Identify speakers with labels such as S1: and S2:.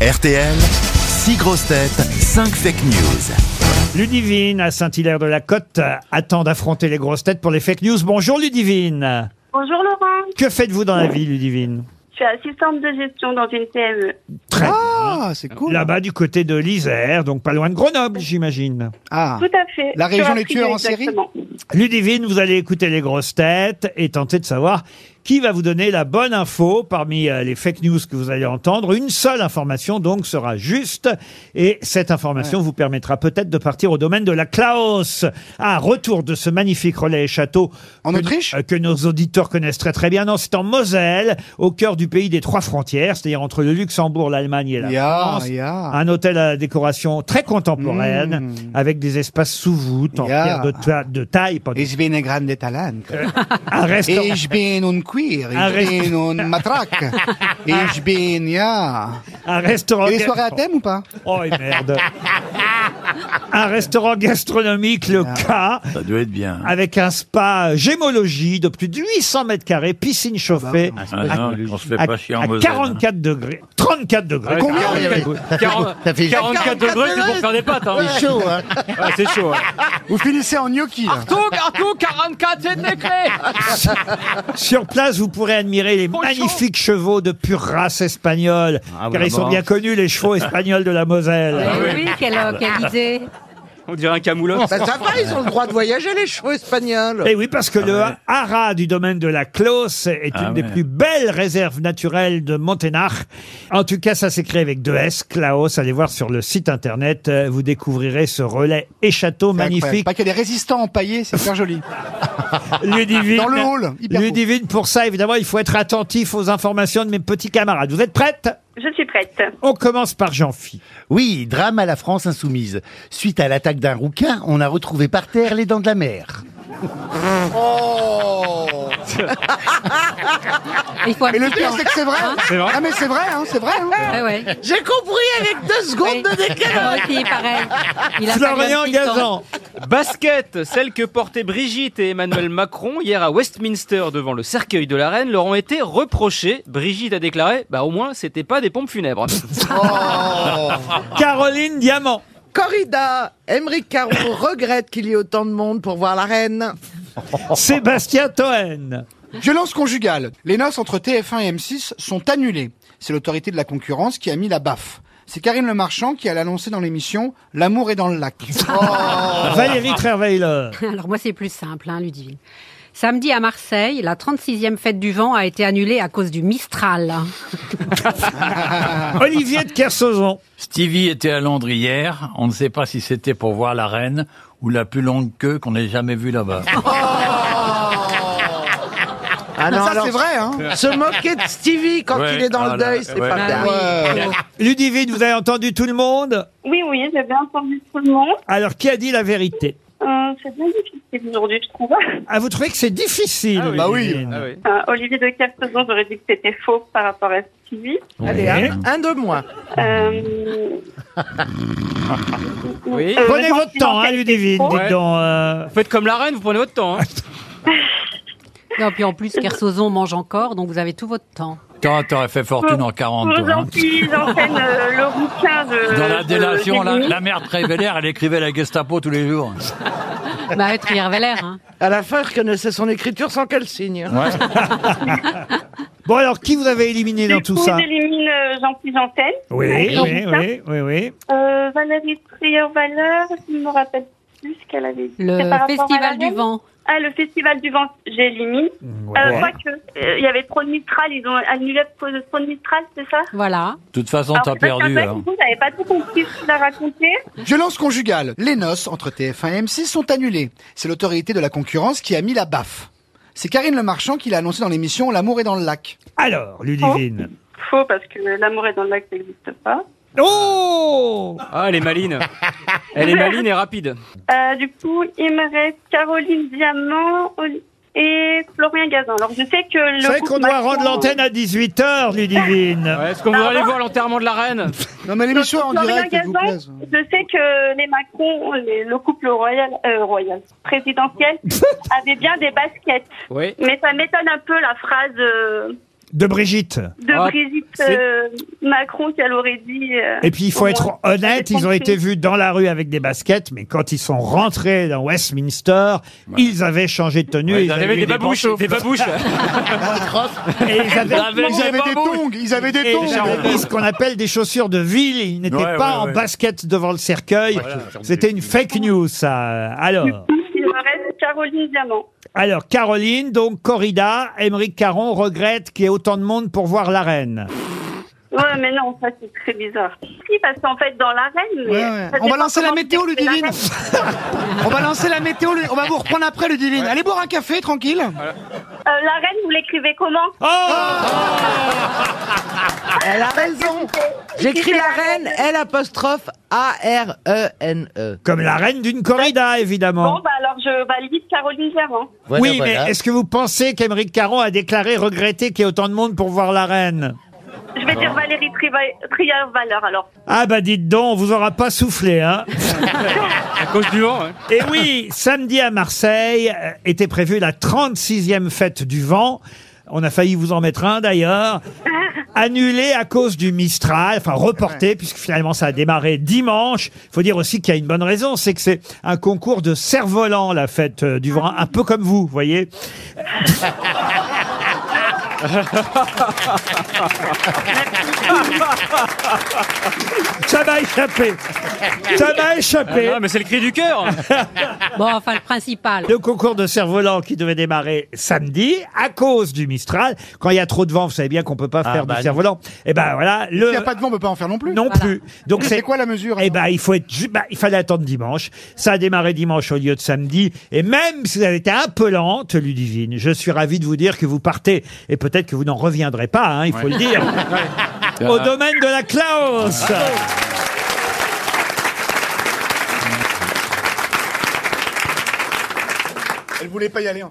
S1: RTL, 6 grosses têtes, 5 fake news.
S2: Ludivine à Saint-Hilaire-de-la-Côte euh, attend d'affronter les grosses têtes pour les fake news. Bonjour Ludivine.
S3: Bonjour Laurent,
S2: Que faites-vous dans la vie, Ludivine
S3: je suis assistante de gestion dans une E. PME.
S2: Très
S4: Hein
S5: Ah, c'est cool.
S2: Là-bas, du côté de l'Isère, donc pas loin de Grenoble, j'imagine.
S5: Ah,
S3: Tout à fait.
S5: La
S3: Sur
S5: région
S3: un
S5: des
S3: privé,
S5: tueurs en série
S3: exactement.
S2: Ludivine, vous allez écouter les grosses têtes et tenter de savoir qui va vous donner la bonne info parmi euh, les fake news que vous allez entendre. Une seule information donc sera juste et cette information vous permettra peut-être de partir au domaine de la Klaus. Ah, retour de ce magnifique relais et château
S5: En
S2: que-
S5: Autriche
S2: euh, que nos auditeurs connaissent très très bien. Non, c'est en Moselle, au cœur du pays des trois frontières, c'est-à-dire entre le Luxembourg, l'Allemagne et la
S5: ya,
S2: France.
S5: ya.
S2: Un hôtel à décoration très contemporaine,
S5: Mmh.
S2: avec des espaces sous voûte en
S5: Yeah.
S2: pierre de, ta- de taille. pas de-
S5: Ich bin ein grande Talent.
S2: Un restaurant.
S5: Ich bin un queer.
S2: Arrête.
S5: Ich bin un matraque. Ich bin, ya.
S2: Un restaurant.
S5: Et les
S2: ga-
S5: soirées à thème ou pas
S2: Oh, et merde. un restaurant gastronomique, le K,
S5: Ah.
S1: Ça doit être bien.
S2: avec un spa gémologie de plus de 800 mètres carrés,
S5: bah
S2: piscine chauffée.
S1: Ah
S2: à-
S1: non, on se fait
S2: à-
S1: pas chier en
S2: à
S1: Moselle.
S2: 44 degrés. 34 degrés.
S5: Combien
S2: Ah,
S5: ouais,
S2: ouais.
S4: 40 44 degrés, c'est pour faire des pâtes. Hein.
S5: C'est chaud, hein
S4: Ouais, c'est chaud.
S5: Vous finissez en gnocchi, là.
S4: Donc, Arthur, 44, c'est degrés.
S2: Sur place, vous pourrez admirer les magnifiques chevaux de pure race espagnole,
S5: Ah, bah,
S2: car ils sont bien connus, les chevaux espagnols de la
S1: Ah
S2: Moselle.
S6: Eh oui, quelle, quelle idée.
S4: On dirait un camoulot.
S7: ça
S8: Bah,
S7: va, ils ont le droit de voyager, les chevaux espagnols.
S2: Et Eh oui, parce que le haras du domaine de la Clos est
S1: Ah
S2: une des
S1: ouais.
S2: plus belles réserves naturelles de Monténard. En tout cas, ça s'écrit avec deux S, Klaus. Allez voir sur le site internet, euh, vous découvrirez ce relais et château magnifique.
S5: Pas qu'il y a des résistants empaillés, c'est super joli.
S2: Ludivine.
S5: Dans le hall, hyper beau.
S2: Ludivine, pour ça, évidemment, il faut être attentif aux informations de mes petits camarades. Vous êtes prête
S3: Je suis prête.
S2: On commence par Jean-Phi.
S8: Oui, drame à la France insoumise. Suite à l'attaque d'un rouquin, on a retrouvé par terre les dents de la mer.
S6: Il faut Ah
S5: Mais le pire, c'est que c'est vrai.
S4: C'est vrai Euh,
S5: Ah, mais c'est vrai, hein, c'est vrai. hein.
S6: Ouais, ouais.
S7: J'ai compris avec deux secondes de
S6: Moi
S7: décalage.
S6: aussi, pareil. Il a fallu un
S2: Florian
S6: petit temps.
S2: Gazan.
S4: Basket, celle que portaient Brigitte et Emmanuel Macron hier à Westminster devant le cercueil de la reine, leur ont été reprochés. Brigitte a déclaré Bah, au moins, c'était pas des pompes funèbres.
S2: Caroline Diamant.
S7: Corrida, Emery Caron regrette qu'il y ait autant de monde pour voir la reine.
S2: Sébastien Toen.
S5: Violence conjugale. Les noces entre TF1 et M6 sont annulées. C'est l'autorité de la concurrence qui a mis la baffe. C'est Karine Le Marchand qui a annoncé dans l'émission L'amour est dans le lac.
S4: Oh.
S2: Valérie Trierweiler.
S6: Alors moi, c'est plus simple, hein, Ludivine. Samedi à Marseille, la 36e fête du vent a été annulée à cause du Mistral.
S2: Olivier de Kersauzon.
S9: Stevie était à Londres hier. On ne sait pas si c'était pour voir la reine ou la plus longue queue qu'on ait jamais vue là-bas.
S8: Ah non,
S5: Ça,
S8: alors,
S5: c'est vrai, hein.
S7: Se moquer de Stevie quand
S9: Ouais,
S7: il est dans le
S5: ah
S9: voilà,
S7: deuil, c'est
S9: ouais.
S5: Bah
S7: pas bien. Euh,
S2: Ludivine, vous avez entendu tout le monde
S3: Oui, oui, j'ai bien entendu tout le monde.
S2: Alors, qui a dit la vérité
S3: Euh, c'est bien difficile aujourd'hui, je trouve.
S2: Ah, vous trouvez que c'est difficile
S4: Ah oui.
S5: Bah oui.
S2: Ludivine
S4: Ah oui.
S3: Euh, Olivier de Kersauzon, j'aurais dit que c'était faux par rapport à Stevie.
S7: Allez,
S2: Ouais.
S5: hein.
S7: un, un de moins.
S3: Euh...
S4: Oui.
S3: euh,
S2: Prenez
S3: non,
S2: votre
S3: sinon,
S2: temps, hein,
S3: c'est-
S2: Ludivine,
S3: c'est faux.
S2: dites donc. euh.
S4: Faites comme la reine, vous prenez votre temps. hein.
S6: Et puis en plus, Kersozon mange encore, donc vous avez tout votre temps.
S9: Toi, t'aurais fait fortune en 40,
S3: Je vous
S9: toi, hein.
S3: en prie, j'enchaîne euh, le bouquin de...
S9: Dans la
S3: de-
S9: délation, la,
S3: d'Emery.
S9: la mère Trévélaire, elle écrivait la Gestapo tous les jours.
S6: Bah, être Yerveler, hein.
S7: À la fin, je connaissais son écriture sans qu'elle signe.
S2: Bon, alors, qui vous avez éliminé dans
S3: Du
S2: tout
S3: coup,
S2: ça
S3: j'élimine euh, Jean-Pierre Jantel.
S2: oui,
S3: Jean
S2: oui,
S3: Poussin.
S2: oui, oui, oui.
S3: Euh, Valérie Trier-Valeur, je ne me rappelle plus ce qu'elle avait dit.
S6: le
S3: C'est par rapport à la
S6: festival du
S3: reine
S6: vent.
S3: Ah, le Festival du Vent, j'élimine. Euh, Quoique, euh, il y avait trop de Mistral, ils ont annulé à cause de trop de Mistral, c'est ça
S6: Voilà.
S9: De toute
S2: Oh,
S9: façon,
S4: Ah,
S3: Alors,
S9: t'as
S3: c'est parce qu'en
S9: perdu.
S2: hein.
S9: hein.
S3: fait,
S9: alors.
S3: du coup, j'avais pas tout compris ce qu'il a raconté.
S5: Violence conjugale. Les noces entre TF1 et M6 sont annulées. C'est l'autorité de la concurrence qui a mis la baffe. C'est Karine Le Marchand qui l'a annoncé dans l'émission L'amour est dans le lac.
S2: Alors, Ludivine.
S3: Faux, parce que l'amour est dans le lac, ça n'existe pas.
S2: Oh
S4: Ah, elle est maline. Elle est maline et rapide.
S3: Euh, du coup, il me reste Caroline Diamant Oli- et Florian Gazan. Alors, je sais que le.
S2: C'est vrai
S3: groupe
S2: qu'on doit
S3: Macron-
S2: rendre l'antenne à 18h, Ludivine.
S4: Ouais, Est-ce qu'on voudrait aller voir l'enterrement de la reine
S5: Non, mais l'émission en
S3: Florian
S5: direct, elle vous plaise.
S3: Gazan, je sais que les Macron, les- le couple royal, euh, royal, présidentiel, avait bien des baskets.
S4: Oui.
S3: Mais ça m'étonne un peu la phrase. euh,
S2: de Brigitte.
S3: de
S4: Ah,
S3: Brigitte
S4: c'est-
S3: euh, Macron qu'elle aurait dit. euh,
S2: Et puis il faut
S3: au
S2: être
S3: moins.
S2: honnête, ils ont
S3: Pensez.
S2: été vus dans la rue avec des baskets, mais quand ils sont rentrés dans Westminster, ils avaient changé de tenue.
S9: Ouais, ils
S2: ils
S9: avaient
S2: avaient
S9: mis
S2: eu
S9: des babouches,
S2: pantoufles.
S4: Ah, des babouches.
S2: Et ils avaient,
S5: Ils avaient des tongs, ils avaient des
S2: et
S5: tongs.
S2: ils avaient mis ce qu'on appelle des chaussures de ville. Ils n'étaient
S9: Ouais,
S2: pas
S9: ouais,
S2: en
S9: ouais.
S2: basket devant le cercueil. C'était une fake news, ça. Alors,
S3: Il me reste Caroline Diamant.
S2: alors Caroline, donc Corrida, Émeric Caron regrette qu'il y ait autant de monde pour voir la reine.
S3: Ouais, mais non, ça c'est très bizarre. Si, parce qu'en fait, dans l'arène.
S5: Ouais, ouais. On va lancer la météo, Ludivine. on va lancer la météo, Lu- on va vous reprendre après, Ludivine. Allez boire un café, tranquille.
S3: L'arène, euh, vous l'écrivez comment
S2: Oh
S7: Elle a raison. J'écris la reine, L apostrophe E A-R-E-N-E.
S2: Comme la reine d'une corrida,
S5: Ah.
S2: évidemment.
S3: Bon, bah alors je valide Caroline Diamant.
S7: Voilà,
S2: oui,
S7: voilà.
S2: mais est-ce que vous pensez qu'Émeric Caron a déclaré regretter qu'il y ait autant de monde pour voir la reine
S3: Je vais dire Valérie Triva- Trier-Valeur alors.
S2: Ah bah dites donc, on vous aura pas soufflé, hein
S4: À cause du vent. hein.
S2: Et oui, samedi à Marseille euh, était prévue la 36e fête du vent. On a failli vous en mettre un d'ailleurs. Annulé à cause du Mistral, enfin reporté, puisque finalement ça a démarré dimanche. Il faut dire aussi qu'il y a une bonne raison, c'est que c'est un concours de cerf-volant, la fête euh, du vent, un peu comme vous, voyez. ça m'a échappé. Ça m'a échappé.
S4: Ah, mais c'est le cri du cœur.
S6: Bon, enfin, le principal.
S2: Le concours de cerf-volant qui devait démarrer samedi à cause du Mistral. Quand il y a trop de vent, vous savez bien qu'on peut pas
S5: Ah,
S2: faire
S8: bah
S2: du cerf-volant. Et ben voilà, le
S5: S'il n'y a pas de vent, on peut pas en faire non plus.
S2: non
S6: Voilà.
S2: plus. Donc
S5: C'est quoi la mesure
S2: Eh ben il faut être ju- bah, il fallait attendre dimanche. Ça a démarré dimanche au lieu de samedi et même si vous avez été un peu lente Ludivine, je suis ravi de vous dire que vous partez et peut-être que vous n'en reviendrez pas, hein, il faut le dire. au domaine de la Klaus.
S5: Ah. Elle voulait pas y aller. hein.